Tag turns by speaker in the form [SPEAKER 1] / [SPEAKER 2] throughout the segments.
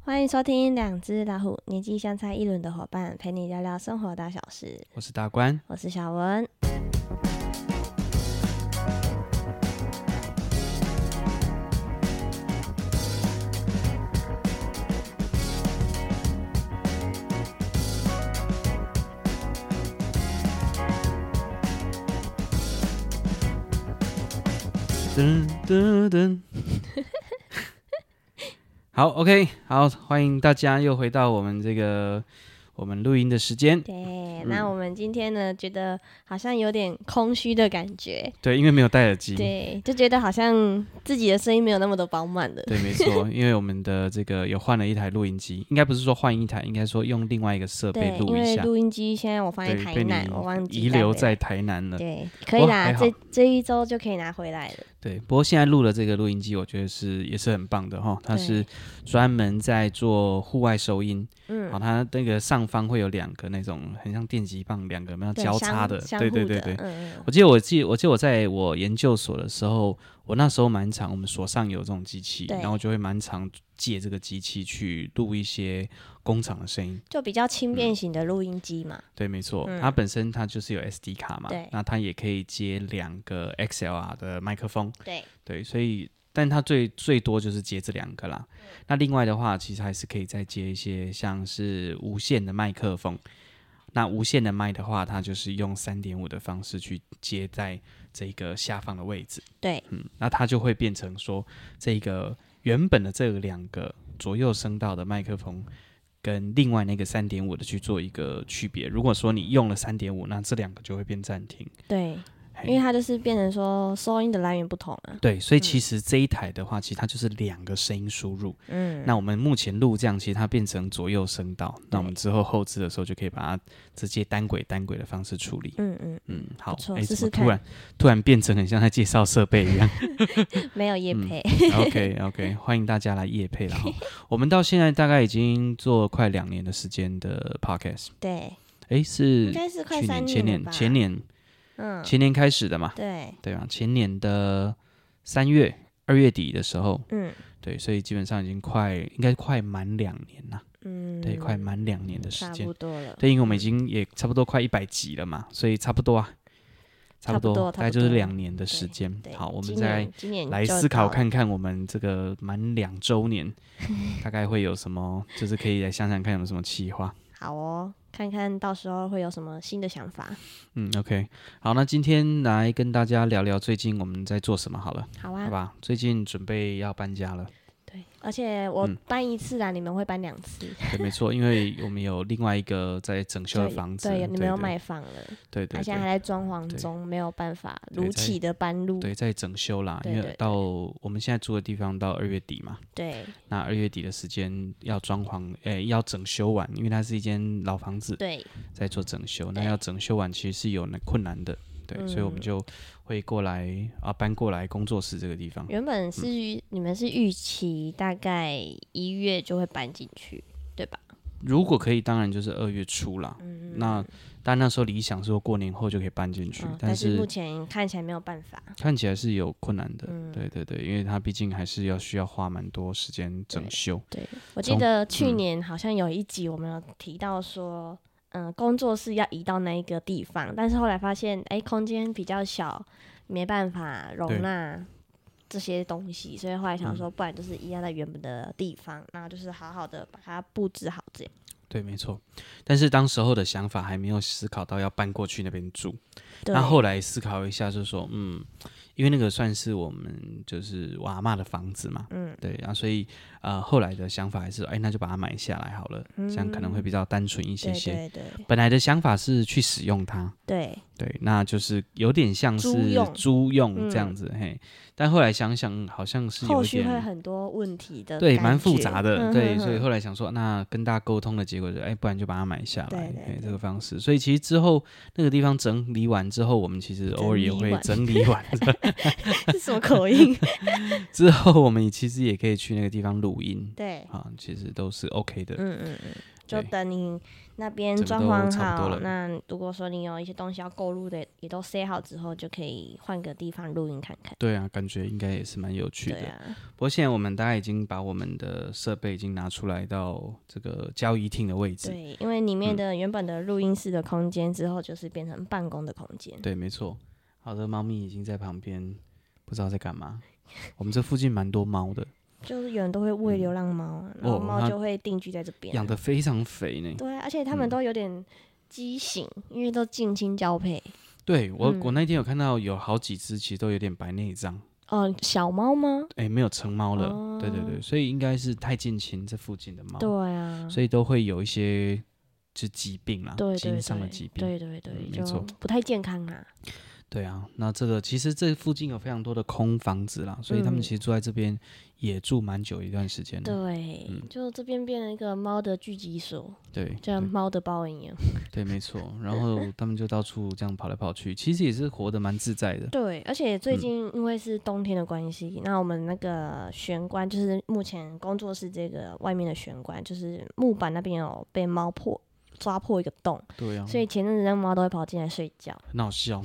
[SPEAKER 1] 欢迎收听《两只老虎》，年纪相差一轮的伙伴陪你聊聊生活大小事。
[SPEAKER 2] 我是大官，
[SPEAKER 1] 我是小文。
[SPEAKER 2] 噔噔噔。 好，OK，好，欢迎大家又回到我们这个我们录音的时间。
[SPEAKER 1] 对，
[SPEAKER 2] 嗯
[SPEAKER 1] 那我们今天呢，觉得好像有点空虚的感觉，
[SPEAKER 2] 对，因为没有戴耳机。
[SPEAKER 1] 对，就觉得好像自己的声音没有那么的饱满了。
[SPEAKER 2] 对，没错，因为我们的这个有换了一台录音机，应该不是说换一台，应该说用另外一个设备
[SPEAKER 1] 对，
[SPEAKER 2] 录
[SPEAKER 1] 因
[SPEAKER 2] 一
[SPEAKER 1] 为
[SPEAKER 2] 下。
[SPEAKER 1] 录音机现在我放在
[SPEAKER 2] 对，
[SPEAKER 1] 台
[SPEAKER 2] 被
[SPEAKER 1] 南，我忘
[SPEAKER 2] 你
[SPEAKER 1] 记
[SPEAKER 2] 遗
[SPEAKER 1] 带
[SPEAKER 2] 留
[SPEAKER 1] 回来
[SPEAKER 2] 在台南了。
[SPEAKER 1] 对，可以啦，
[SPEAKER 2] 还好
[SPEAKER 1] 这这一周就可以拿回来了。
[SPEAKER 2] 对，不过现在录的这个录音机，我觉得是也是很棒的哈，它
[SPEAKER 1] 对
[SPEAKER 2] 是专门在做户外收音，好，
[SPEAKER 1] 嗯，
[SPEAKER 2] 哦它那个上方会有两个那种很像电击棒，两个没有
[SPEAKER 1] 对
[SPEAKER 2] 交
[SPEAKER 1] 相
[SPEAKER 2] 叉的，
[SPEAKER 1] 相
[SPEAKER 2] 对对
[SPEAKER 1] 互
[SPEAKER 2] 对
[SPEAKER 1] 的
[SPEAKER 2] 对。
[SPEAKER 1] 嗯嗯
[SPEAKER 2] 我记得我记我记得我在我研究所的时候，我那时候蛮常我们所上有这种机器，
[SPEAKER 1] 对
[SPEAKER 2] 然后就会蛮常借这个机器去录一些工厂的声音。
[SPEAKER 1] 就比较轻便型的录音机嘛。
[SPEAKER 2] 对，没错，
[SPEAKER 1] 嗯
[SPEAKER 2] 它本身它就是有 SD 卡嘛
[SPEAKER 1] 对，
[SPEAKER 2] 那它也可以接两个 XLR 的麦克风，
[SPEAKER 1] 对，
[SPEAKER 2] 对，所以但它最最多就是接这两个啦。
[SPEAKER 1] 嗯
[SPEAKER 2] 那另外的话，其实还是可以再接一些像是无线的麦克风。那无线的麦的话，它就是用三点五的方式去接在这个下方的位置，
[SPEAKER 1] 对，
[SPEAKER 2] 嗯，那它就会变成说，这个原本的这两个左右声道的麦克风跟另外那个三点五的去做一个区别。如果说你用了三点五，那这两个就会变暂停。
[SPEAKER 1] 对，
[SPEAKER 2] 嘿
[SPEAKER 1] 因为它就是变成说收音的来源不同啊。
[SPEAKER 2] 对，所以其实这一台的话，其实它就是两个声音输入。
[SPEAKER 1] 嗯，
[SPEAKER 2] 那我们目前录这样，其实它变成左右声道。那我们之后后置的时候，就可以把它直接单轨单轨的方式处理。
[SPEAKER 1] 嗯嗯，
[SPEAKER 2] 嗯，好
[SPEAKER 1] 不，错
[SPEAKER 2] 哎、
[SPEAKER 1] 试
[SPEAKER 2] 怎
[SPEAKER 1] 试
[SPEAKER 2] 么
[SPEAKER 1] 看
[SPEAKER 2] 突然突然变成很像在介绍设备一样
[SPEAKER 1] 没有
[SPEAKER 2] 嗯
[SPEAKER 1] 叶配，
[SPEAKER 2] ？OK OK，欢迎大家来夜配了哈。我们到现在大概已经做快两年的时间的 Podcast，
[SPEAKER 1] 对，
[SPEAKER 2] 哎、
[SPEAKER 1] 应
[SPEAKER 2] 是
[SPEAKER 1] 该是快
[SPEAKER 2] 去
[SPEAKER 1] 三
[SPEAKER 2] 年、
[SPEAKER 1] 了
[SPEAKER 2] 前年、
[SPEAKER 1] 吧？
[SPEAKER 2] 前，年、
[SPEAKER 1] 嗯，
[SPEAKER 2] 前年开始的嘛，
[SPEAKER 1] 对，
[SPEAKER 2] 对吧？前年的三月、二月底的时候，
[SPEAKER 1] 嗯
[SPEAKER 2] 对，所以基本上已经快，应该快满两年了，
[SPEAKER 1] 嗯，
[SPEAKER 2] 对，快满两年的时
[SPEAKER 1] 差
[SPEAKER 2] 间
[SPEAKER 1] 不。多了。
[SPEAKER 2] 对，因为我们已经也差不多快一百集了嘛，所以差不多啊，
[SPEAKER 1] 差不
[SPEAKER 2] 不
[SPEAKER 1] 多
[SPEAKER 2] 多，
[SPEAKER 1] 差
[SPEAKER 2] 大概
[SPEAKER 1] 不
[SPEAKER 2] 就是
[SPEAKER 1] 多
[SPEAKER 2] 两年的时间
[SPEAKER 1] 对。
[SPEAKER 2] 好，我们
[SPEAKER 1] 今
[SPEAKER 2] 再
[SPEAKER 1] 年今年
[SPEAKER 2] 来
[SPEAKER 1] 嗯就
[SPEAKER 2] 思考
[SPEAKER 1] 到了，
[SPEAKER 2] 看看，我们这个满两周 年，大概会有什么，就是可以来想想看有没有什么企划。
[SPEAKER 1] 好哦，看看到时候会有什么新的想法。
[SPEAKER 2] 嗯，OK，好，那今天来跟大家聊聊最近我们在做什么好了，
[SPEAKER 1] 好
[SPEAKER 2] 好
[SPEAKER 1] 啊，
[SPEAKER 2] 吧？最近准备要搬 家了。
[SPEAKER 1] 对，而且我
[SPEAKER 2] 嗯
[SPEAKER 1] 搬一次啦，你们会搬两次，
[SPEAKER 2] 对，没错，因为我们有另外一个在 整修的
[SPEAKER 1] 对
[SPEAKER 2] 房子，
[SPEAKER 1] 对，你们有
[SPEAKER 2] 对
[SPEAKER 1] 买房了，
[SPEAKER 2] 对对
[SPEAKER 1] 他现在
[SPEAKER 2] 对
[SPEAKER 1] 还在装潢
[SPEAKER 2] 对
[SPEAKER 1] 中，没有办法
[SPEAKER 2] 对
[SPEAKER 1] 如
[SPEAKER 2] 在
[SPEAKER 1] 期的搬入，
[SPEAKER 2] 对，在整修啦，
[SPEAKER 1] 对
[SPEAKER 2] 因
[SPEAKER 1] 对
[SPEAKER 2] 为
[SPEAKER 1] 对
[SPEAKER 2] 到我们现在住的地方到二月底嘛，
[SPEAKER 1] 对
[SPEAKER 2] 那二月底的时间要装潢，诶、要整修完，因为它是一间老房子，
[SPEAKER 1] 对
[SPEAKER 2] 在做整修，那
[SPEAKER 1] 对
[SPEAKER 2] 要整修完其实是有那困难的，对，所以我
[SPEAKER 1] 嗯
[SPEAKER 2] 们就会过来啊，搬过来工作室这个地方，
[SPEAKER 1] 原本
[SPEAKER 2] 嗯
[SPEAKER 1] 是预、你们是预期大概一月就会搬进去，对吧？
[SPEAKER 2] 如果可以，当然就是二月初啦。
[SPEAKER 1] 嗯，
[SPEAKER 2] 那但那时候理想是说过年后就可以搬进去，
[SPEAKER 1] 嗯但
[SPEAKER 2] 但
[SPEAKER 1] 是
[SPEAKER 2] 是
[SPEAKER 1] 目前看起来没有办法。
[SPEAKER 2] 看起来是有困难的，
[SPEAKER 1] 嗯
[SPEAKER 2] 对对对，因为它毕竟还是要需要花蛮多时间整修，
[SPEAKER 1] 对，我记
[SPEAKER 2] 嗯
[SPEAKER 1] 得去年好像有一集我们有提到说，嗯、工作室要移到那一个地方，但是后来发现，哎、空间比较小，没办法容
[SPEAKER 2] 对嗯
[SPEAKER 1] 纳这些东西，所以后来想说，不然就是一样在原本的地方，然后就是好好的把它布置好这样。
[SPEAKER 2] 对，没错。但是当时候的想法还没有思考到要搬过去那边住，
[SPEAKER 1] 对
[SPEAKER 2] 那，后来思考一下，就说嗯，因为那个算是我们就是我阿嬷的房子嘛，
[SPEAKER 1] 嗯，
[SPEAKER 2] 对，然、后所以呃后来的想法还是哎那就把它买下来好了，这样可能会比较单纯一些
[SPEAKER 1] 嗯对
[SPEAKER 2] 些。
[SPEAKER 1] 对对
[SPEAKER 2] 本来的想法是去使用它，
[SPEAKER 1] 对，
[SPEAKER 2] 对，那就是有点像是
[SPEAKER 1] 租用
[SPEAKER 2] 租用这样
[SPEAKER 1] 嗯
[SPEAKER 2] 子、嘿，但后来想想好像是有
[SPEAKER 1] 后
[SPEAKER 2] 一
[SPEAKER 1] 续会
[SPEAKER 2] 点。
[SPEAKER 1] 很多问题的感觉，
[SPEAKER 2] 对，蛮复杂的，
[SPEAKER 1] 嗯
[SPEAKER 2] 对，
[SPEAKER 1] 哼
[SPEAKER 2] 所以
[SPEAKER 1] 哼
[SPEAKER 2] 后来想说，那跟大家沟通的结果就是，哎，不然就把它买下来，
[SPEAKER 1] 对对
[SPEAKER 2] 哎
[SPEAKER 1] 对
[SPEAKER 2] 这个方式。所以其实之后那个地方整理完之后，我们其实偶尔也会整理 完
[SPEAKER 1] 是 什么口音？
[SPEAKER 2] 之后，我们其实也可以去那个地方录音
[SPEAKER 1] 对，
[SPEAKER 2] 啊，其实都是 OK 的。
[SPEAKER 1] 嗯嗯嗯，就
[SPEAKER 2] 对
[SPEAKER 1] 等你那边
[SPEAKER 2] 整
[SPEAKER 1] 装
[SPEAKER 2] 个都
[SPEAKER 1] 潢
[SPEAKER 2] 差不
[SPEAKER 1] 好
[SPEAKER 2] 多了。
[SPEAKER 1] 那如果说你有一些东西要购入的，也都塞好之后，就可以换个地方录音看看。
[SPEAKER 2] 对啊，感觉应该也是蛮有趣的。
[SPEAKER 1] 对啊，
[SPEAKER 2] 不过现在我们大概已经把我们的设备已经拿出来到这个交易厅的位置。
[SPEAKER 1] 对，因为里面
[SPEAKER 2] 嗯
[SPEAKER 1] 的原本的录音室的空间之后，就是变成办公的空间。
[SPEAKER 2] 对，没错。好的，猫咪已经在旁边，不知道在干嘛。我们这附近蛮多猫的，
[SPEAKER 1] 就是有人都会喂流浪猫啊，然后
[SPEAKER 2] 哦
[SPEAKER 1] 猫
[SPEAKER 2] 它
[SPEAKER 1] 就会定居在这边啊、
[SPEAKER 2] 养的非常肥呢。
[SPEAKER 1] 对啊，而且它们都有点畸形，因为都近亲交配。
[SPEAKER 2] 对我，
[SPEAKER 1] 嗯
[SPEAKER 2] 我那天有看到有好几只，其实都有点白内障，
[SPEAKER 1] 哦，小猫吗？
[SPEAKER 2] 哎，没有成猫了。对对
[SPEAKER 1] 哦
[SPEAKER 2] 对，所以应该是太近亲这附近的猫，
[SPEAKER 1] 对啊，
[SPEAKER 2] 哦所以都会有一些就疾病啦，
[SPEAKER 1] 对
[SPEAKER 2] 基
[SPEAKER 1] 对
[SPEAKER 2] 因上的
[SPEAKER 1] 对，
[SPEAKER 2] 疾病。
[SPEAKER 1] 对对对，
[SPEAKER 2] 嗯没
[SPEAKER 1] 就
[SPEAKER 2] 错
[SPEAKER 1] 不太健康啊。
[SPEAKER 2] 对啊，那这个其实这附近有非常多的空房子啦，所以他
[SPEAKER 1] 嗯
[SPEAKER 2] 们其实住在这边也住蛮久一段时间的。
[SPEAKER 1] 对，
[SPEAKER 2] 嗯
[SPEAKER 1] 就这边变成一个猫的聚集所，
[SPEAKER 2] 对
[SPEAKER 1] 就像猫的报应一样。
[SPEAKER 2] 对对，没错。然后他们就到处这样跑来跑去，其实也是活得蛮自在的。
[SPEAKER 1] 对，而且
[SPEAKER 2] 嗯
[SPEAKER 1] 最近因为是冬天的关系，那我们那个玄关，就是目前工作室这个外面的玄关，就是木板那边有被猫破抓破一个洞，
[SPEAKER 2] 对啊，
[SPEAKER 1] 所以前阵子那猫都会跑进来睡觉。
[SPEAKER 2] 很好笑。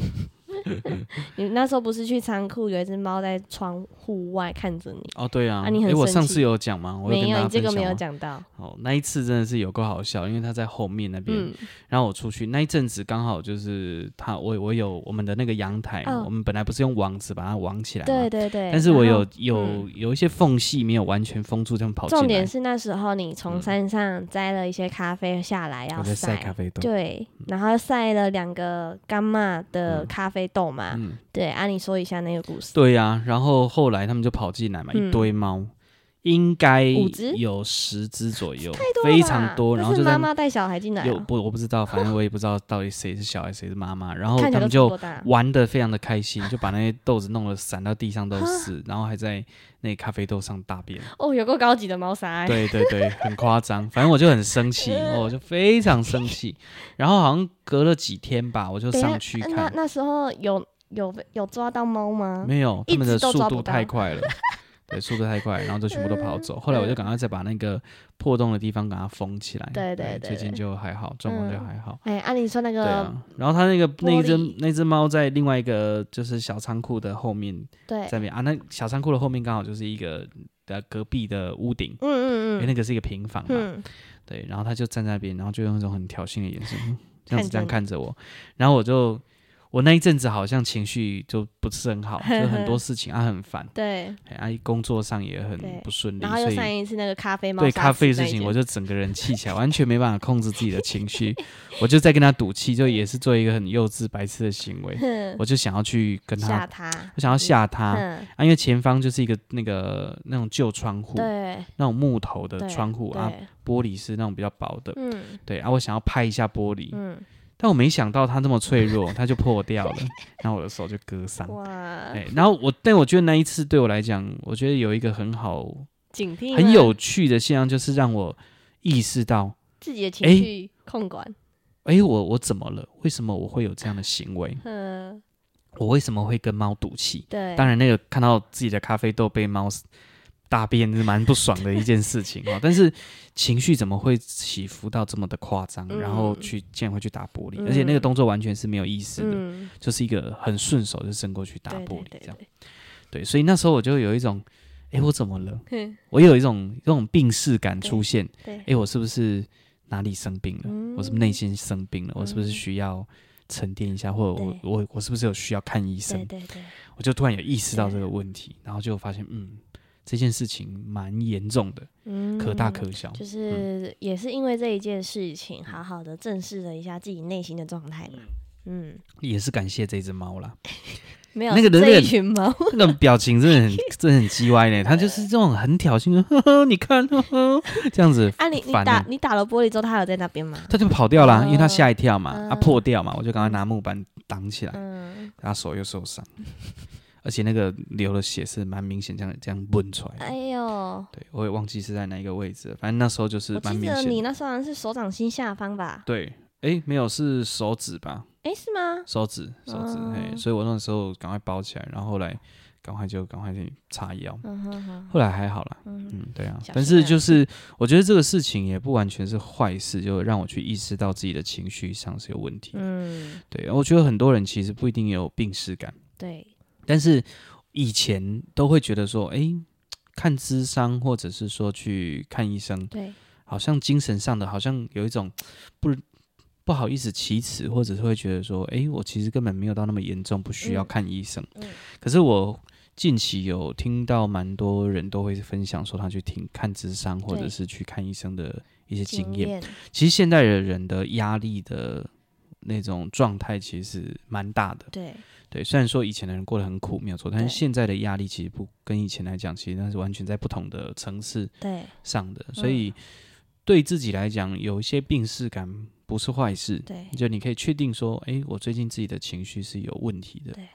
[SPEAKER 1] 你那时候不是去仓库，有一只猫在窗户外看着你，
[SPEAKER 2] 哦，对啊，
[SPEAKER 1] 啊你很
[SPEAKER 2] 诶我
[SPEAKER 1] 生
[SPEAKER 2] 上
[SPEAKER 1] 气
[SPEAKER 2] 次有讲吗？我
[SPEAKER 1] 没
[SPEAKER 2] 跟大
[SPEAKER 1] 有，
[SPEAKER 2] 家
[SPEAKER 1] 你这
[SPEAKER 2] 分
[SPEAKER 1] 个
[SPEAKER 2] 享
[SPEAKER 1] 没有
[SPEAKER 2] 吗。
[SPEAKER 1] 讲到。
[SPEAKER 2] 哦，那一次真的是有够好笑，因为他在后面那边，
[SPEAKER 1] 嗯，
[SPEAKER 2] 然后我出去那一阵子刚好就是他，我我有我们的那个阳台，
[SPEAKER 1] 哦
[SPEAKER 2] 我们本来不是用网子把它网起来嘛，
[SPEAKER 1] 对对对。
[SPEAKER 2] 但是我
[SPEAKER 1] 然后嗯
[SPEAKER 2] 有有有一些缝隙没有完全封住，他们跑进来。嗯
[SPEAKER 1] 重点是那时候你从山上摘了一些咖啡下来要
[SPEAKER 2] 我在晒咖啡豆，
[SPEAKER 1] 对，然后晒了两个干妈的咖啡豆嘛，
[SPEAKER 2] 嗯，
[SPEAKER 1] 对，啊，你说一下那个故事。
[SPEAKER 2] 对呀、然后后来他们就跑进来嘛，
[SPEAKER 1] 嗯
[SPEAKER 2] 一堆猫，应该
[SPEAKER 1] 五只
[SPEAKER 2] 有十只左右，
[SPEAKER 1] 太了
[SPEAKER 2] 非
[SPEAKER 1] 吧
[SPEAKER 2] 常多，
[SPEAKER 1] 那
[SPEAKER 2] 然后
[SPEAKER 1] 啊是
[SPEAKER 2] 就在
[SPEAKER 1] 妈妈带小孩进来、
[SPEAKER 2] 有
[SPEAKER 1] 哦，
[SPEAKER 2] 不我不知道，反正我也不知道到底谁是小孩谁是妈妈，然后
[SPEAKER 1] 看起来
[SPEAKER 2] 他
[SPEAKER 1] 都
[SPEAKER 2] 们
[SPEAKER 1] 差
[SPEAKER 2] 就
[SPEAKER 1] 不多大。
[SPEAKER 2] 玩的非常的开心，就把那些豆子弄得散到地
[SPEAKER 1] 啊
[SPEAKER 2] 上都是，然后还在那咖啡豆上大便。
[SPEAKER 1] 哦，有够高级的猫砂、欸，
[SPEAKER 2] 对对对，很夸张。反正我就很生气，
[SPEAKER 1] 嗯
[SPEAKER 2] 我就非常生气。然后好像隔了几天吧，我就
[SPEAKER 1] 等一下
[SPEAKER 2] 上去
[SPEAKER 1] 啊那
[SPEAKER 2] 看，
[SPEAKER 1] 那时候有有有抓到猫吗？
[SPEAKER 2] 没有，他
[SPEAKER 1] 一
[SPEAKER 2] 们的
[SPEAKER 1] 只都
[SPEAKER 2] 速
[SPEAKER 1] 抓
[SPEAKER 2] 度
[SPEAKER 1] 不到嗯
[SPEAKER 2] 太快了，对，速度太快，然后就全部都跑走。后来我就赶快再把那个破洞的地方给它封起来。哎
[SPEAKER 1] 对对对
[SPEAKER 2] 最近
[SPEAKER 1] 对
[SPEAKER 2] 就还好，状况就
[SPEAKER 1] 嗯
[SPEAKER 2] 还好。
[SPEAKER 1] 哎、啊，你说那
[SPEAKER 2] 对
[SPEAKER 1] 个
[SPEAKER 2] 啊，然后它那个那一只
[SPEAKER 1] 玻璃
[SPEAKER 2] 那只猫在另外一个就是小仓库的后面，
[SPEAKER 1] 对,、
[SPEAKER 2] 在那边啊，那小仓库的后面刚好就是一个呃隔壁的屋顶，
[SPEAKER 1] 嗯
[SPEAKER 2] 因为
[SPEAKER 1] 嗯
[SPEAKER 2] 那个是一个平房嘛，
[SPEAKER 1] 嗯嗯，
[SPEAKER 2] 对，然后他就站在那边，然后就用一种很挑衅的眼神，嗯这
[SPEAKER 1] 看
[SPEAKER 2] 样子这样
[SPEAKER 1] 着
[SPEAKER 2] 看着我，然后我就我那一阵子好像情绪就不是很好，就很 多事情啊很烦，
[SPEAKER 1] 对。
[SPEAKER 2] 哎啊工作上也很
[SPEAKER 1] 对
[SPEAKER 2] 不顺利，
[SPEAKER 1] 然后又
[SPEAKER 2] 所
[SPEAKER 1] 上
[SPEAKER 2] 以
[SPEAKER 1] 一次那个咖啡猫
[SPEAKER 2] 对
[SPEAKER 1] 砂
[SPEAKER 2] 咖啡
[SPEAKER 1] 池
[SPEAKER 2] 的
[SPEAKER 1] 那
[SPEAKER 2] 事
[SPEAKER 1] 一
[SPEAKER 2] 情
[SPEAKER 1] 件
[SPEAKER 2] 我就整个 人气起来，完全没办法控制自己的情绪，我就在跟他赌气，就也是做一个很幼稚白痴的行为，
[SPEAKER 1] 哼
[SPEAKER 2] 我就想要去跟
[SPEAKER 1] 吓
[SPEAKER 2] 他，
[SPEAKER 1] 他，
[SPEAKER 2] 我想要吓他。
[SPEAKER 1] 嗯，
[SPEAKER 2] 啊，因为前方就是一个那个那种旧窗户，
[SPEAKER 1] 对
[SPEAKER 2] 那种木头的
[SPEAKER 1] 对
[SPEAKER 2] 窗户啊，
[SPEAKER 1] 对
[SPEAKER 2] 玻璃是那种比较薄的，
[SPEAKER 1] 嗯
[SPEAKER 2] 对啊，我想要拍一下玻璃，
[SPEAKER 1] 嗯，
[SPEAKER 2] 但我没想到它这么脆弱，它就破掉了，然后我的手就割伤。
[SPEAKER 1] 哇，
[SPEAKER 2] 哎、然后我，但我觉得那一次对我来讲，我觉得有一个很好、
[SPEAKER 1] 警惕吗
[SPEAKER 2] 很有趣的现象，就是让我意识到，
[SPEAKER 1] 自己的情
[SPEAKER 2] 哎
[SPEAKER 1] 绪控管，
[SPEAKER 2] 哎、我我怎么了？为什么我会有这样的行为？
[SPEAKER 1] 嗯，
[SPEAKER 2] 我为什么会跟猫赌气？
[SPEAKER 1] 对，
[SPEAKER 2] 当然，那个看到自己的咖啡豆被猫大便是蛮不爽的一件事情哦。但是情绪怎么会起伏到这么的夸张？然后
[SPEAKER 1] 嗯
[SPEAKER 2] 去竟然会去打玻璃，
[SPEAKER 1] 嗯
[SPEAKER 2] 而且那个动作完全是没有意思的。
[SPEAKER 1] 嗯，
[SPEAKER 2] 就是一个很顺手就伸过去打玻
[SPEAKER 1] 对
[SPEAKER 2] 璃
[SPEAKER 1] 对
[SPEAKER 2] 这
[SPEAKER 1] 对
[SPEAKER 2] 样。对，所以那时候我就有一种，哎，我怎么 了？
[SPEAKER 1] 对，
[SPEAKER 2] 我有一种这种病逝感出现，
[SPEAKER 1] 对，
[SPEAKER 2] 哎，我是不是哪里生病了？
[SPEAKER 1] 嗯
[SPEAKER 2] 我是不是内心生病了？我是不是需要沉淀一下，或者我
[SPEAKER 1] 对
[SPEAKER 2] 我我是不是有需要看医生
[SPEAKER 1] 对？对对，
[SPEAKER 2] 我就突然有意识到
[SPEAKER 1] 对
[SPEAKER 2] 这个问题，然后就发现，嗯，这件事情蛮严重的，
[SPEAKER 1] 嗯，
[SPEAKER 2] 可大可小。嗯
[SPEAKER 1] 就是也是因为这一件事情，好好的正视了一下自己内心的状态嘛，嗯，
[SPEAKER 2] 也是感谢这只猫啦，
[SPEAKER 1] 没有
[SPEAKER 2] 那个人
[SPEAKER 1] 这
[SPEAKER 2] 脸
[SPEAKER 1] 一群猫，
[SPEAKER 2] 那种表情真 的很真的很叽歪呢，他就是这种很挑衅的， 呵呵，你看，呵呵，这样子
[SPEAKER 1] 啊，你你
[SPEAKER 2] 烦
[SPEAKER 1] 打
[SPEAKER 2] 欸
[SPEAKER 1] 你打了玻璃之后，它有在那边吗？
[SPEAKER 2] 他就跑掉了，因为他
[SPEAKER 1] 哦
[SPEAKER 2] 吓一跳嘛，他、
[SPEAKER 1] 嗯
[SPEAKER 2] 啊、破掉嘛，我就赶快拿木板挡起来，
[SPEAKER 1] 嗯，
[SPEAKER 2] 他手又受伤， 而且那个流的血是蛮明显，这样这样抡出来的。
[SPEAKER 1] 哎呦。
[SPEAKER 2] 对，我也忘记是在哪一个位置了，反正那时候就是
[SPEAKER 1] 我
[SPEAKER 2] 蛮
[SPEAKER 1] 记
[SPEAKER 2] 明
[SPEAKER 1] 得你
[SPEAKER 2] 显的。
[SPEAKER 1] 那时候好像是手掌心下方吧？
[SPEAKER 2] 对，哎，没有是手指吧？
[SPEAKER 1] 哎、是吗？
[SPEAKER 2] 手指，手指，嘿，
[SPEAKER 1] 哦
[SPEAKER 2] 所以我那时候赶快包起来，然后后来赶快就赶快去叉腰。
[SPEAKER 1] 嗯哼哼，
[SPEAKER 2] 后来还好啦，
[SPEAKER 1] 嗯哼
[SPEAKER 2] 嗯，对啊
[SPEAKER 1] 小心啊，
[SPEAKER 2] 但是就是我觉得这个事情也不完全是坏事，就让我去意识到自己的情绪上是有问题。
[SPEAKER 1] 嗯，
[SPEAKER 2] 对，我觉得很多人其实不一定有病耻感，
[SPEAKER 1] 对，
[SPEAKER 2] 但是以前都会觉得说，哎、看智商或者是说去看医生，
[SPEAKER 1] 对，
[SPEAKER 2] 好像精神上的，好像有一种不不好意思启齿，或者是会觉得说，诶，我其实根本没有到那么严重，不需要
[SPEAKER 1] 嗯
[SPEAKER 2] 看医生。
[SPEAKER 1] 嗯
[SPEAKER 2] 可是我近期有听到蛮多人都会分享说，他去听看智商或者
[SPEAKER 1] 对
[SPEAKER 2] 是去看医生的一些经
[SPEAKER 1] 经
[SPEAKER 2] 验。
[SPEAKER 1] 验，
[SPEAKER 2] 其实现代的人的压力的。那种状态其实蛮大的，
[SPEAKER 1] 对，
[SPEAKER 2] 对。虽然说以前的人过得很苦，没有错，但是
[SPEAKER 1] 对
[SPEAKER 2] 现在的压力其实不跟以前来讲，其实那是完全在不同的层次
[SPEAKER 1] 对，
[SPEAKER 2] 上
[SPEAKER 1] 嗯
[SPEAKER 2] 的，所以对自己来讲，有一些病逝感不是坏事。
[SPEAKER 1] 对，
[SPEAKER 2] 就你可以确定说，诶，我最近自己的情绪是有问题的
[SPEAKER 1] 对。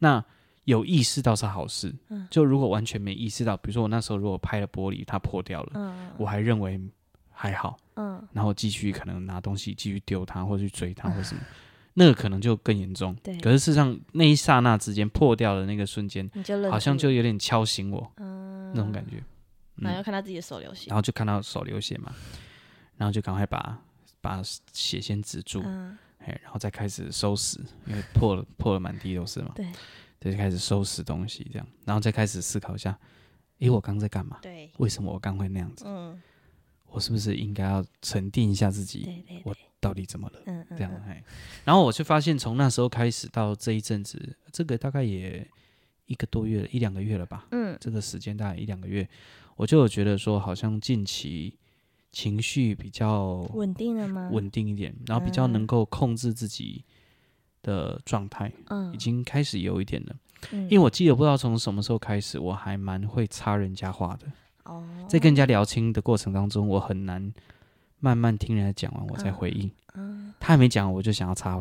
[SPEAKER 2] 那有意识到是好事。
[SPEAKER 1] 嗯
[SPEAKER 2] 就如果完全没意识到，比如说我那时候如果拍了玻璃，它破掉了，
[SPEAKER 1] 嗯
[SPEAKER 2] 我还认为还好，
[SPEAKER 1] 嗯，
[SPEAKER 2] 然后继续可能拿东西继续丢它，或者去追它，或什么。那个可能就更严重，
[SPEAKER 1] 对
[SPEAKER 2] 可是事实上，那一刹那之间破掉的那个瞬间，
[SPEAKER 1] 你就愣
[SPEAKER 2] 好像
[SPEAKER 1] 住
[SPEAKER 2] 就有点敲醒我、
[SPEAKER 1] 嗯
[SPEAKER 2] 那种感，觉。
[SPEAKER 1] 然后又看到自己的手流血
[SPEAKER 2] 嗯然，后就看到手流血嘛，然后就赶快把把血先止住，
[SPEAKER 1] 嗯，
[SPEAKER 2] 哎，然后再开始收拾，因为破了破了满地都是嘛，
[SPEAKER 1] 对
[SPEAKER 2] 对，就开始收拾东西这样，然后再开始思考一下，诶，我刚在干嘛？
[SPEAKER 1] 对，
[SPEAKER 2] 为什么我刚会那样子？
[SPEAKER 1] 嗯，
[SPEAKER 2] 我是不是应该要沉淀一下自己
[SPEAKER 1] 对对
[SPEAKER 2] 我
[SPEAKER 1] 对，
[SPEAKER 2] 到底怎么了？
[SPEAKER 1] 嗯嗯，
[SPEAKER 2] 这样
[SPEAKER 1] 嗯，
[SPEAKER 2] 哎，然后我就发现从那时候开始到这一阵子，这个大概也一个多月一两个月了吧，
[SPEAKER 1] 嗯，
[SPEAKER 2] 这个时间大概一两个月，我就有觉得说，好像近期情绪比较
[SPEAKER 1] 稳啊嗯定了吗？，
[SPEAKER 2] 稳定一点，然后比较能够控制自己的状态，
[SPEAKER 1] 嗯，
[SPEAKER 2] 已经开始有一点了。
[SPEAKER 1] 嗯，
[SPEAKER 2] 因为我记得不知道从什么时候开始，我还蛮会插人家话的，
[SPEAKER 1] 哦，
[SPEAKER 2] 在跟人家聊天的过程当中，我很难慢慢听人家讲完我再回应，
[SPEAKER 1] 嗯
[SPEAKER 2] 他还没讲我就想要插，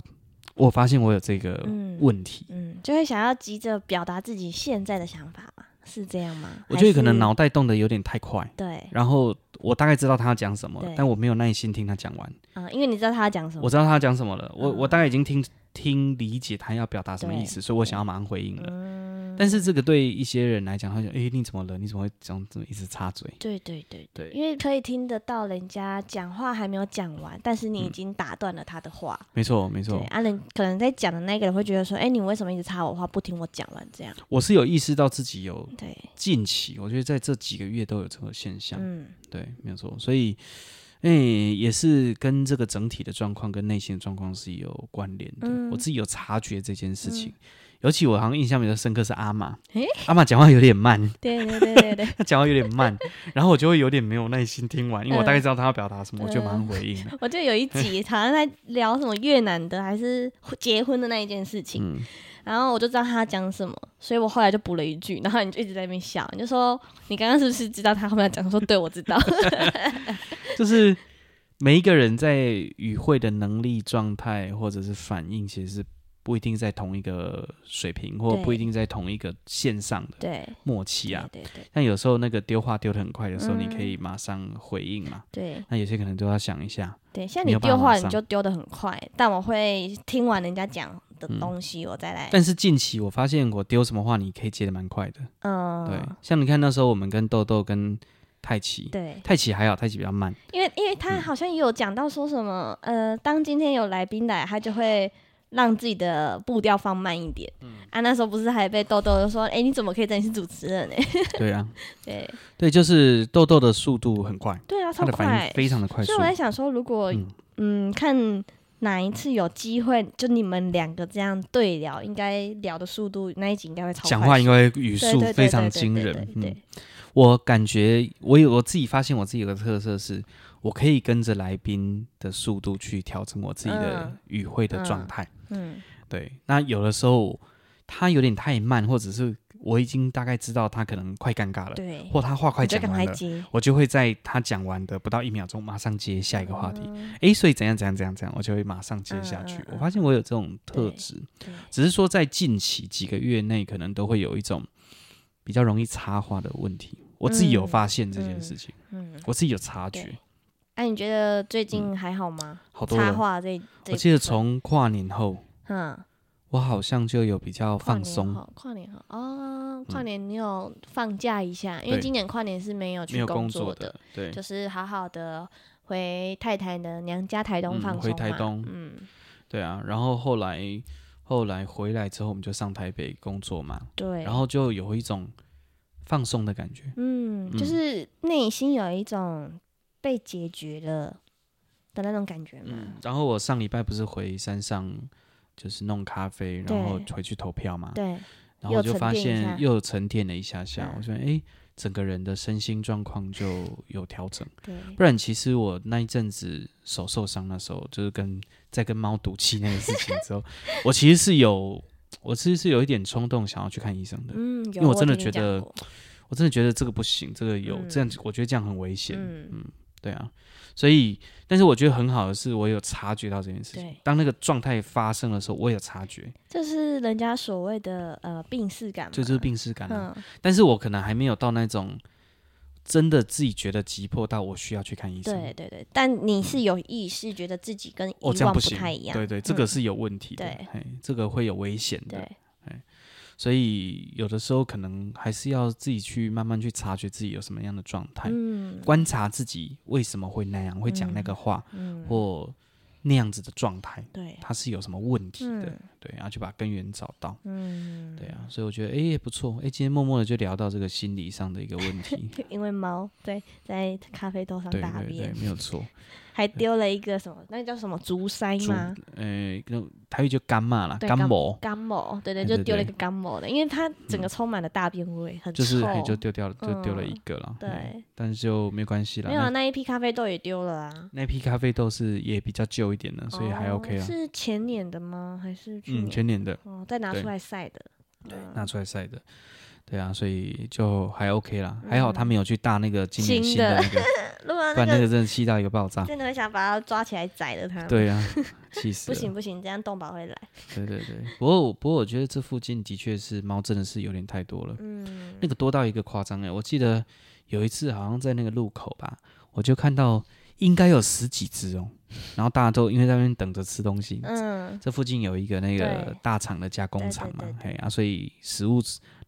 [SPEAKER 2] 我发现我有这个
[SPEAKER 1] 嗯
[SPEAKER 2] 问题。
[SPEAKER 1] 嗯，就会想要急着表达自己现在的想法嘛，是这样吗？
[SPEAKER 2] 我觉得
[SPEAKER 1] 还
[SPEAKER 2] 可能
[SPEAKER 1] 是
[SPEAKER 2] 脑袋动得有点太快，
[SPEAKER 1] 对，
[SPEAKER 2] 然后我大概知道他要讲什么
[SPEAKER 1] 对，
[SPEAKER 2] 但我没有耐心听他讲完。
[SPEAKER 1] 嗯，因为你知道他要讲什么，
[SPEAKER 2] 我知道他要讲什么了，我
[SPEAKER 1] 嗯
[SPEAKER 2] 我大概已经听听理解他要表达什么意思，所以我想要马上回应了。
[SPEAKER 1] 嗯，
[SPEAKER 2] 但是这个对一些人来讲，他想，诶，你怎么了？你怎么会这样这么一直插嘴？
[SPEAKER 1] 对对对，
[SPEAKER 2] 对，
[SPEAKER 1] 因为可以听得到人家讲话还没有讲完，但是你已
[SPEAKER 2] 嗯
[SPEAKER 1] 经打断了他的话。
[SPEAKER 2] 没错没
[SPEAKER 1] 对
[SPEAKER 2] 错，
[SPEAKER 1] 啊，人可能在讲的那个人会觉得说，哎、你为什么一直插我话，不听我讲完这样？
[SPEAKER 2] 我是有意识到自己有
[SPEAKER 1] 对，
[SPEAKER 2] 近期，我觉得在这几个月都有这个现象，
[SPEAKER 1] 嗯，
[SPEAKER 2] 对，没有错，所以。诶，也是跟这个整体的状况跟内心的状况是有关联的。
[SPEAKER 1] 嗯
[SPEAKER 2] 我自己有察觉这件事情，尤其我好像印象比较深刻是阿玛
[SPEAKER 1] 诶，
[SPEAKER 2] 阿玛讲话有点慢，
[SPEAKER 1] 对对对对对，
[SPEAKER 2] 他讲话有点慢，然后我就会有点没有耐心听完，因为我大概
[SPEAKER 1] 嗯
[SPEAKER 2] 知道他要表达什么，我就马上回应了。
[SPEAKER 1] 我就有一集好像在聊什么越南的还是结婚的那一件事情，
[SPEAKER 2] 嗯，
[SPEAKER 1] 然后我就知道他要讲什么，所以我后来就补了一句，然后你就一直在那边笑，你就说你刚刚是不是知道他后面要讲什么？我说对，我知 道，
[SPEAKER 2] 就是每一个人在与会的能力、状态或者是反应，其实是不一定在同一个水平，或
[SPEAKER 1] 对
[SPEAKER 2] 不一定在同一个线上的
[SPEAKER 1] 对，
[SPEAKER 2] 默契啊。
[SPEAKER 1] 对对
[SPEAKER 2] 但有时候那个丢话丢得很快的时候，
[SPEAKER 1] 嗯
[SPEAKER 2] 你可以马上回应嘛。
[SPEAKER 1] 对
[SPEAKER 2] 那有些可能都要想一下，
[SPEAKER 1] 对，像
[SPEAKER 2] 没
[SPEAKER 1] 你
[SPEAKER 2] 有办
[SPEAKER 1] 丢
[SPEAKER 2] 法
[SPEAKER 1] 话
[SPEAKER 2] 马
[SPEAKER 1] 你
[SPEAKER 2] 上
[SPEAKER 1] 就丢的很快，但我会听完人家讲的
[SPEAKER 2] 嗯
[SPEAKER 1] 东西，我再来，
[SPEAKER 2] 但是近期我发现我丢什么话，你可以接得蛮快的。
[SPEAKER 1] 嗯，
[SPEAKER 2] 对，像你看那时候我们跟豆豆跟泰奇，
[SPEAKER 1] 对，
[SPEAKER 2] 泰奇还好，泰奇比 较慢。
[SPEAKER 1] 因为因为他好像也有讲到说什么，
[SPEAKER 2] 嗯
[SPEAKER 1] 呃，当今天有来宾来，他就会让自己的步调放慢一点。
[SPEAKER 2] 嗯
[SPEAKER 1] 啊，那时候不是还被豆豆说，哎、你怎么可以这样？你是主持人哎、
[SPEAKER 2] 对啊，
[SPEAKER 1] 对
[SPEAKER 2] 对，就是豆豆的速度很快，
[SPEAKER 1] 对啊，
[SPEAKER 2] 他
[SPEAKER 1] 超
[SPEAKER 2] 的反
[SPEAKER 1] 快
[SPEAKER 2] 应。非常的快速
[SPEAKER 1] 所以。我在想说，如果嗯
[SPEAKER 2] 嗯
[SPEAKER 1] 看哪一次有机会，就你们两个这样对聊，应该聊的速度那一集应该会超快速。
[SPEAKER 2] 讲话应该语
[SPEAKER 1] 对
[SPEAKER 2] 速
[SPEAKER 1] 对对
[SPEAKER 2] 非
[SPEAKER 1] 对
[SPEAKER 2] 常
[SPEAKER 1] 对
[SPEAKER 2] 惊
[SPEAKER 1] 对
[SPEAKER 2] 人。
[SPEAKER 1] 对
[SPEAKER 2] 嗯，我感觉我有我自己发现我自己有个特色是，我可以跟着来宾的速度去调整我自己的
[SPEAKER 1] 嗯
[SPEAKER 2] 语汇的状
[SPEAKER 1] 嗯
[SPEAKER 2] 态。
[SPEAKER 1] 嗯
[SPEAKER 2] 对，那有的时候他有点太慢，或者是我已经大概知道他可能快尴尬了，
[SPEAKER 1] 对，
[SPEAKER 2] 或他话快
[SPEAKER 1] 你就
[SPEAKER 2] 讲
[SPEAKER 1] 赶
[SPEAKER 2] 完
[SPEAKER 1] 快
[SPEAKER 2] 了，
[SPEAKER 1] 接
[SPEAKER 2] 我就会在他讲完的不到一秒钟，马上接下一个话题。
[SPEAKER 1] 嗯
[SPEAKER 2] 诶，所以怎样怎样怎样怎样，我就会马上接下
[SPEAKER 1] 嗯
[SPEAKER 2] 去。
[SPEAKER 1] 嗯嗯
[SPEAKER 2] 我发现我有这种特
[SPEAKER 1] 对
[SPEAKER 2] 质，
[SPEAKER 1] 对
[SPEAKER 2] 只是说在近期几个月内，可能都会有一种比较容易插话的问题。我自己有
[SPEAKER 1] 嗯
[SPEAKER 2] 发现这件事情，
[SPEAKER 1] 嗯，
[SPEAKER 2] 我自己有察觉
[SPEAKER 1] 对，。哎、你觉
[SPEAKER 2] 嗯
[SPEAKER 1] 得最近还好吗？
[SPEAKER 2] 好多
[SPEAKER 1] 插
[SPEAKER 2] 了。
[SPEAKER 1] 画这，这
[SPEAKER 2] 我记得
[SPEAKER 1] 部分
[SPEAKER 2] 从跨年后，
[SPEAKER 1] 嗯
[SPEAKER 2] 我好像就有比较
[SPEAKER 1] 跨
[SPEAKER 2] 放
[SPEAKER 1] 年
[SPEAKER 2] 松，嗯
[SPEAKER 1] 后，跨年后哦，跨年你有放假一下，因为
[SPEAKER 2] 对
[SPEAKER 1] 今年跨年是没有
[SPEAKER 2] 没
[SPEAKER 1] 去
[SPEAKER 2] 有工
[SPEAKER 1] 作
[SPEAKER 2] 的，对，
[SPEAKER 1] 就是好好的回太太的娘家台东
[SPEAKER 2] 嗯
[SPEAKER 1] 放松嘛、
[SPEAKER 2] 回台东
[SPEAKER 1] 嗯，
[SPEAKER 2] 对啊。然后后来后来回来之后，我们就上台北工作嘛，
[SPEAKER 1] 对。
[SPEAKER 2] 然后就有一种放松的感觉，
[SPEAKER 1] 嗯，就
[SPEAKER 2] 嗯
[SPEAKER 1] 是内心有一种被解决了的那种感觉嘛。
[SPEAKER 2] 嗯。然后我上礼拜不是回山上，就是弄咖啡，然后
[SPEAKER 1] 对
[SPEAKER 2] 回去投票嘛，
[SPEAKER 1] 对，
[SPEAKER 2] 然后我就发
[SPEAKER 1] 又沉淀一下
[SPEAKER 2] 现又沉淀了一下下，
[SPEAKER 1] 嗯
[SPEAKER 2] 我说诶，整个人的身心状况就有调整。
[SPEAKER 1] 对，
[SPEAKER 2] 不然其实我那一阵子手受伤，那时候就是跟在跟猫赌气那个事情之后，我其实是有，我其实是有一点冲动想要去看医生的。
[SPEAKER 1] 嗯，有
[SPEAKER 2] 因为我真的
[SPEAKER 1] 听你
[SPEAKER 2] 觉得
[SPEAKER 1] 讲过
[SPEAKER 2] 我真的觉得这个不行，这个有、
[SPEAKER 1] 嗯
[SPEAKER 2] 这样子，我觉得这样很危险。
[SPEAKER 1] 嗯，
[SPEAKER 2] 对啊，所以，但是我觉得很好的是，我有察觉到这件事情
[SPEAKER 1] 对。
[SPEAKER 2] 当那个状态发生的时候，我有察觉，
[SPEAKER 1] 这是人家所谓的呃病逝感嘛，
[SPEAKER 2] 这就是病逝感、啊。
[SPEAKER 1] 嗯，
[SPEAKER 2] 但是我可能还没有到那种真的自己觉得急迫到我需要去看医生。
[SPEAKER 1] 对对对，但你是有意识觉得自己跟以
[SPEAKER 2] 哦，这
[SPEAKER 1] 往
[SPEAKER 2] 样不行，
[SPEAKER 1] 太一样，嗯
[SPEAKER 2] 对对，这个是有问题的，
[SPEAKER 1] 对
[SPEAKER 2] 嘿这个会有危险
[SPEAKER 1] 嗯
[SPEAKER 2] 的，
[SPEAKER 1] 对
[SPEAKER 2] 所以有的时候可能还是要自己去慢慢去察觉自己有什么样的状态，
[SPEAKER 1] 嗯
[SPEAKER 2] 观察自己为什么会那样，会讲那个话、
[SPEAKER 1] 嗯，
[SPEAKER 2] 或那样子的状态，
[SPEAKER 1] 对，
[SPEAKER 2] 它是有什么问题的，
[SPEAKER 1] 嗯
[SPEAKER 2] 对，然后去把根源找到。
[SPEAKER 1] 嗯，，
[SPEAKER 2] 对啊，所以我觉得哎、也不错，哎、今天默默的就聊到这个心理上的一个问题
[SPEAKER 1] 因为猫对在咖啡豆上
[SPEAKER 2] 对
[SPEAKER 1] 大
[SPEAKER 2] 对对，
[SPEAKER 1] 便，
[SPEAKER 2] 没有错。
[SPEAKER 1] 还丢了一个什么，那个叫什么竹筛
[SPEAKER 2] 竹
[SPEAKER 1] 吗？
[SPEAKER 2] 呃，那种台语就干嘛啦，
[SPEAKER 1] 对
[SPEAKER 2] 干
[SPEAKER 1] 干
[SPEAKER 2] 某，
[SPEAKER 1] 干某，对对，
[SPEAKER 2] 哎
[SPEAKER 1] 就
[SPEAKER 2] 对
[SPEAKER 1] 丢了一
[SPEAKER 2] 对
[SPEAKER 1] 个干某的，因为它整个
[SPEAKER 2] 嗯
[SPEAKER 1] 充满了大便味，很臭。
[SPEAKER 2] 就是嘿就丢掉了，就丢了一
[SPEAKER 1] 嗯
[SPEAKER 2] 个了。嘿
[SPEAKER 1] 对，
[SPEAKER 2] 但是就没关系啦。
[SPEAKER 1] 没有啊，
[SPEAKER 2] 那
[SPEAKER 1] 那一批咖啡豆也丢了啊，
[SPEAKER 2] 那批咖啡豆是也比较旧一点的，所以还
[SPEAKER 1] 哦
[SPEAKER 2] OK 啦。
[SPEAKER 1] 是前年的吗？还是去
[SPEAKER 2] 嗯，
[SPEAKER 1] 年？
[SPEAKER 2] 全年的
[SPEAKER 1] 哦，再拿
[SPEAKER 2] 对
[SPEAKER 1] 出来晒的。嗯对
[SPEAKER 2] 拿出来晒的，对啊，所以就还 OK 啦。还好他没有去搭那个今年
[SPEAKER 1] 嗯新
[SPEAKER 2] 新的
[SPEAKER 1] 的
[SPEAKER 2] 那个，
[SPEAKER 1] 如果
[SPEAKER 2] 不
[SPEAKER 1] 那
[SPEAKER 2] 然那
[SPEAKER 1] 个
[SPEAKER 2] 个真的气到一个爆炸。
[SPEAKER 1] 真的会想把它抓起来宰了它。，
[SPEAKER 2] 对啊，气死
[SPEAKER 1] 不
[SPEAKER 2] 了
[SPEAKER 1] 行。不行，这样动保会来。
[SPEAKER 2] 对对对，不过不过我觉得这附近的确是猫，真的是有点太多了，
[SPEAKER 1] 嗯，
[SPEAKER 2] 那个多到一个夸张哎。我记得有一次好像在那个路口吧，我就看到应该有十几只哦，然后大家都因为在那边等着吃东西，
[SPEAKER 1] 嗯，
[SPEAKER 2] 这附近有一个那个
[SPEAKER 1] 对
[SPEAKER 2] 大厂的加工厂嘛
[SPEAKER 1] 对对，对
[SPEAKER 2] 嘿啊，所以食物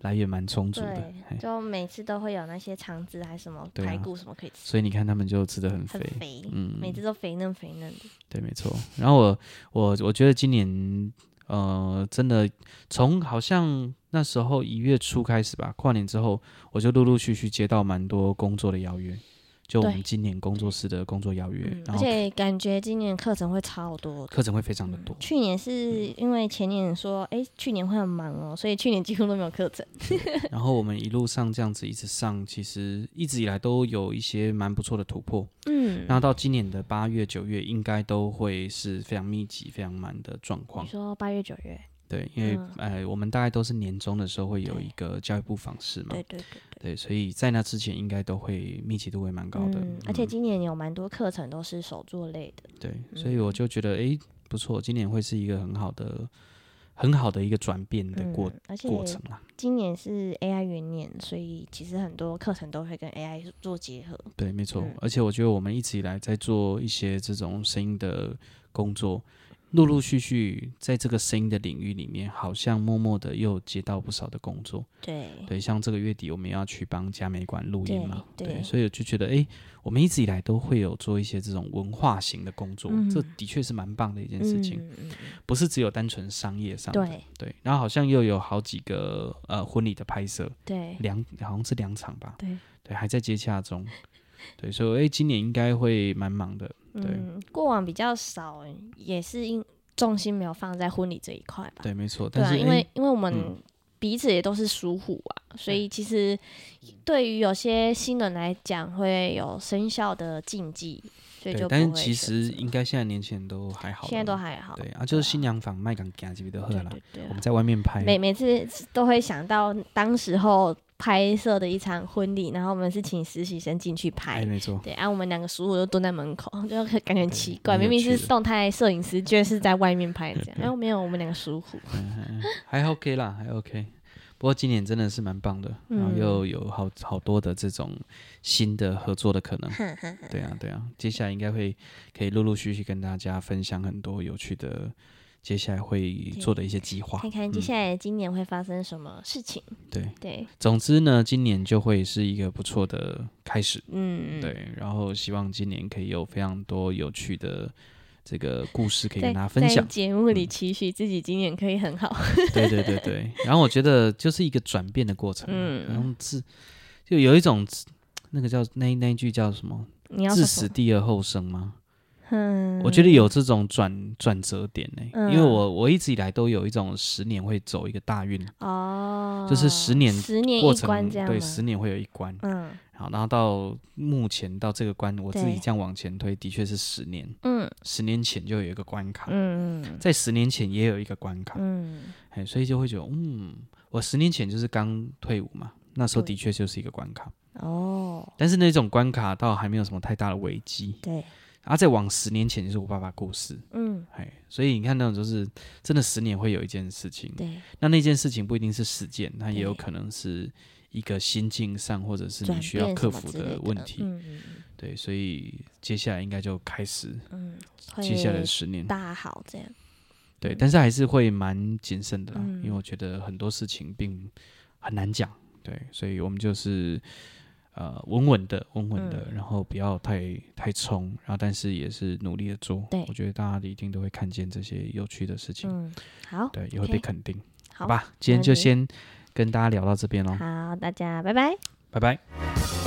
[SPEAKER 2] 来源蛮充足的
[SPEAKER 1] 对，
[SPEAKER 2] 嘿，
[SPEAKER 1] 就每次都会有那些肠子还是什么
[SPEAKER 2] 对啊
[SPEAKER 1] 排骨什么可以吃，
[SPEAKER 2] 所以你看他们就吃的很肥
[SPEAKER 1] 很，肥，
[SPEAKER 2] 嗯，
[SPEAKER 1] 每次都肥嫩肥嫩的。
[SPEAKER 2] 对，没错。然后我我我觉得今年呃，真的从好像那时候一月初开始吧，跨年之后，我就陆陆续续接到蛮多工作的邀约，就我们
[SPEAKER 1] 对
[SPEAKER 2] 今年工作室的工作邀约
[SPEAKER 1] 嗯，，
[SPEAKER 2] 然
[SPEAKER 1] 而
[SPEAKER 2] 后
[SPEAKER 1] 且感觉今年课程会超多的。嗯
[SPEAKER 2] 课程会非常的多，嗯
[SPEAKER 1] 去年是因为前年说，哎、去年会很忙哦，所以去年几乎都没有课程。嗯
[SPEAKER 2] 然后我们一路上这样子一直上，其实一直以来都有一些蛮不错的突破。
[SPEAKER 1] 嗯，
[SPEAKER 2] 那到今年的八月、九月，应该都会是非常密集、非常满的状况
[SPEAKER 1] 你。说八月九月，
[SPEAKER 2] 对，因为、
[SPEAKER 1] 嗯
[SPEAKER 2] 呃，我们大概都是年终的时候会有
[SPEAKER 1] 对
[SPEAKER 2] 一个教育部访视嘛，
[SPEAKER 1] 对对对对，
[SPEAKER 2] 对所以在那之前应该都会密集度会蛮高的。
[SPEAKER 1] 嗯，而且今年有蛮多课程都是手作类的，
[SPEAKER 2] 对，所
[SPEAKER 1] 嗯
[SPEAKER 2] 以我就觉得诶不错，今年会是一个很好的、很好的一个转变的过、
[SPEAKER 1] 嗯，而且
[SPEAKER 2] 过程啦。
[SPEAKER 1] 今年是 AI 元年，所以其实很多课程都会跟 AI 做结合。
[SPEAKER 2] 对，没错。
[SPEAKER 1] 嗯
[SPEAKER 2] 而且我觉得我们一直以来在做一些这种声音的工作，陆陆续续在这个声音的领域里面，好像默默的又接到不少的工作。
[SPEAKER 1] 对，
[SPEAKER 2] 对，像这个月底我们要去帮嘉美馆录音嘛，
[SPEAKER 1] 对
[SPEAKER 2] 对，
[SPEAKER 1] 对
[SPEAKER 2] 所以我就觉得，诶，我们一直以来都会有做一些这种文化型的工作，
[SPEAKER 1] 嗯
[SPEAKER 2] 这的确是蛮棒的一件
[SPEAKER 1] 嗯
[SPEAKER 2] 事情，
[SPEAKER 1] 嗯嗯
[SPEAKER 2] 不是只有单纯商业上的，
[SPEAKER 1] 对
[SPEAKER 2] 对然后好像又有好几个呃婚礼的拍摄，
[SPEAKER 1] 对
[SPEAKER 2] 两好像是两场吧，
[SPEAKER 1] 对，
[SPEAKER 2] 对，还在接洽中，对，所以诶，今年应该会蛮忙的，对
[SPEAKER 1] 嗯，过往比较少，也是因重心没有放在婚礼这一块吧。
[SPEAKER 2] 对，没错，
[SPEAKER 1] 对
[SPEAKER 2] 但
[SPEAKER 1] 啊，
[SPEAKER 2] 是、
[SPEAKER 1] 因
[SPEAKER 2] 诶
[SPEAKER 1] 为因为我们
[SPEAKER 2] 嗯
[SPEAKER 1] 彼此也都是属虎啊，所以其实对于有些新人来讲会有生肖的禁忌，所以
[SPEAKER 2] 对
[SPEAKER 1] 就，
[SPEAKER 2] 但
[SPEAKER 1] 不
[SPEAKER 2] 是
[SPEAKER 1] 会
[SPEAKER 2] 其实
[SPEAKER 1] 选择
[SPEAKER 2] 应该现在年轻人都还好了啦，
[SPEAKER 1] 现在都还好，
[SPEAKER 2] 对啊，就是新娘房卖港家这边都喝
[SPEAKER 1] 对
[SPEAKER 2] 了啦
[SPEAKER 1] 对，对啊
[SPEAKER 2] 我们在外面拍，
[SPEAKER 1] 每每次都会想到当时候拍摄的一场婚礼，然后我们是请实习生进去
[SPEAKER 2] 哎，
[SPEAKER 1] 拍。
[SPEAKER 2] 没错。
[SPEAKER 1] 对，然、啊后我们两个属虎就蹲在门口， 就感觉很奇怪，明
[SPEAKER 2] 蛮有
[SPEAKER 1] 明
[SPEAKER 2] 趣
[SPEAKER 1] 是
[SPEAKER 2] 的
[SPEAKER 1] 动态摄影师，居然是在外面拍这 样。然后哎没有，我们两个属虎，
[SPEAKER 2] 还 OK 啦，还 OK。不过今年真的是蛮棒的，
[SPEAKER 1] 嗯
[SPEAKER 2] 然后又有好好多的这种新的合作的可能。对啊，对啊，接下来应该会可以陆陆续续跟大家分享很多有趣的接下来会做的一些计划
[SPEAKER 1] 看。看接下来今年会发生什么事情。
[SPEAKER 2] 对，
[SPEAKER 1] 对，
[SPEAKER 2] 总之呢，今年就会是一个不错的开始。
[SPEAKER 1] 嗯，
[SPEAKER 2] 对，然后希望今年可以有非常多有趣的这个故事可以
[SPEAKER 1] 在
[SPEAKER 2] 跟大家分
[SPEAKER 1] 在
[SPEAKER 2] 享。
[SPEAKER 1] 节目里
[SPEAKER 2] 嗯
[SPEAKER 1] 期许自己今年可以很好。
[SPEAKER 2] 对对对对，然后我觉得就是一个转变的过程啊，
[SPEAKER 1] 嗯
[SPEAKER 2] 然后自就有一种自那个叫那那一句叫什么
[SPEAKER 1] 你
[SPEAKER 2] “
[SPEAKER 1] 要
[SPEAKER 2] 自
[SPEAKER 1] 什
[SPEAKER 2] 死
[SPEAKER 1] 么
[SPEAKER 2] 地而后生”吗？
[SPEAKER 1] 嗯，
[SPEAKER 2] 我觉得有这种转转折点呢、
[SPEAKER 1] 嗯
[SPEAKER 2] 因为我我一直以来都有一种十年会走一个大运
[SPEAKER 1] 哦，
[SPEAKER 2] 就是十年
[SPEAKER 1] 十年
[SPEAKER 2] 过
[SPEAKER 1] 一
[SPEAKER 2] 程，
[SPEAKER 1] 关这样
[SPEAKER 2] 对，
[SPEAKER 1] 吗
[SPEAKER 2] 十年会有一关，
[SPEAKER 1] 嗯
[SPEAKER 2] 好，然后到目前到这个关，我自己
[SPEAKER 1] 对
[SPEAKER 2] 这样往前推，的确是十年，
[SPEAKER 1] 嗯
[SPEAKER 2] 十年前就有一个关卡，
[SPEAKER 1] 嗯
[SPEAKER 2] 在十年前也有一个关卡，
[SPEAKER 1] 嗯
[SPEAKER 2] 哎，所以就会觉得，嗯，我十年前就是刚退伍嘛，那时候
[SPEAKER 1] 对
[SPEAKER 2] 的确就是一个关卡，
[SPEAKER 1] 哦，
[SPEAKER 2] 但是那种关卡倒还没有什么太大的危机，
[SPEAKER 1] 对，
[SPEAKER 2] 然后再往十年前就是我爸爸过世，
[SPEAKER 1] 嗯
[SPEAKER 2] 哎，所以你看那种就是真的十年会有一件事情，
[SPEAKER 1] 对，
[SPEAKER 2] 那那件事情不一定是事件，它也有
[SPEAKER 1] 对
[SPEAKER 2] 可能是一个心境上或者是
[SPEAKER 1] 转
[SPEAKER 2] 你需要
[SPEAKER 1] 变
[SPEAKER 2] 克
[SPEAKER 1] 什么
[SPEAKER 2] 服
[SPEAKER 1] 之类
[SPEAKER 2] 的问题，
[SPEAKER 1] 嗯嗯
[SPEAKER 2] 对，所以接下来应该就开始
[SPEAKER 1] 嗯，嗯
[SPEAKER 2] 接下来的
[SPEAKER 1] 会
[SPEAKER 2] 十年，
[SPEAKER 1] 大好这样，
[SPEAKER 2] 对，但是还是会蛮谨慎的啦，
[SPEAKER 1] 嗯
[SPEAKER 2] 因为我觉得很多事情并很难讲，对，所以我们就是呃稳稳的，稳稳的，
[SPEAKER 1] 嗯
[SPEAKER 2] 然后不要太太冲，然后但是也是努力的做，
[SPEAKER 1] 对
[SPEAKER 2] 我觉得大家一定都会看见这些有趣的事情，
[SPEAKER 1] 嗯，好，
[SPEAKER 2] 对，也会
[SPEAKER 1] OK
[SPEAKER 2] 被肯定，
[SPEAKER 1] 好
[SPEAKER 2] 吧？今天就
[SPEAKER 1] 没问题
[SPEAKER 2] 先跟大家聊到这边喽，
[SPEAKER 1] 好，大家拜拜。
[SPEAKER 2] 拜拜。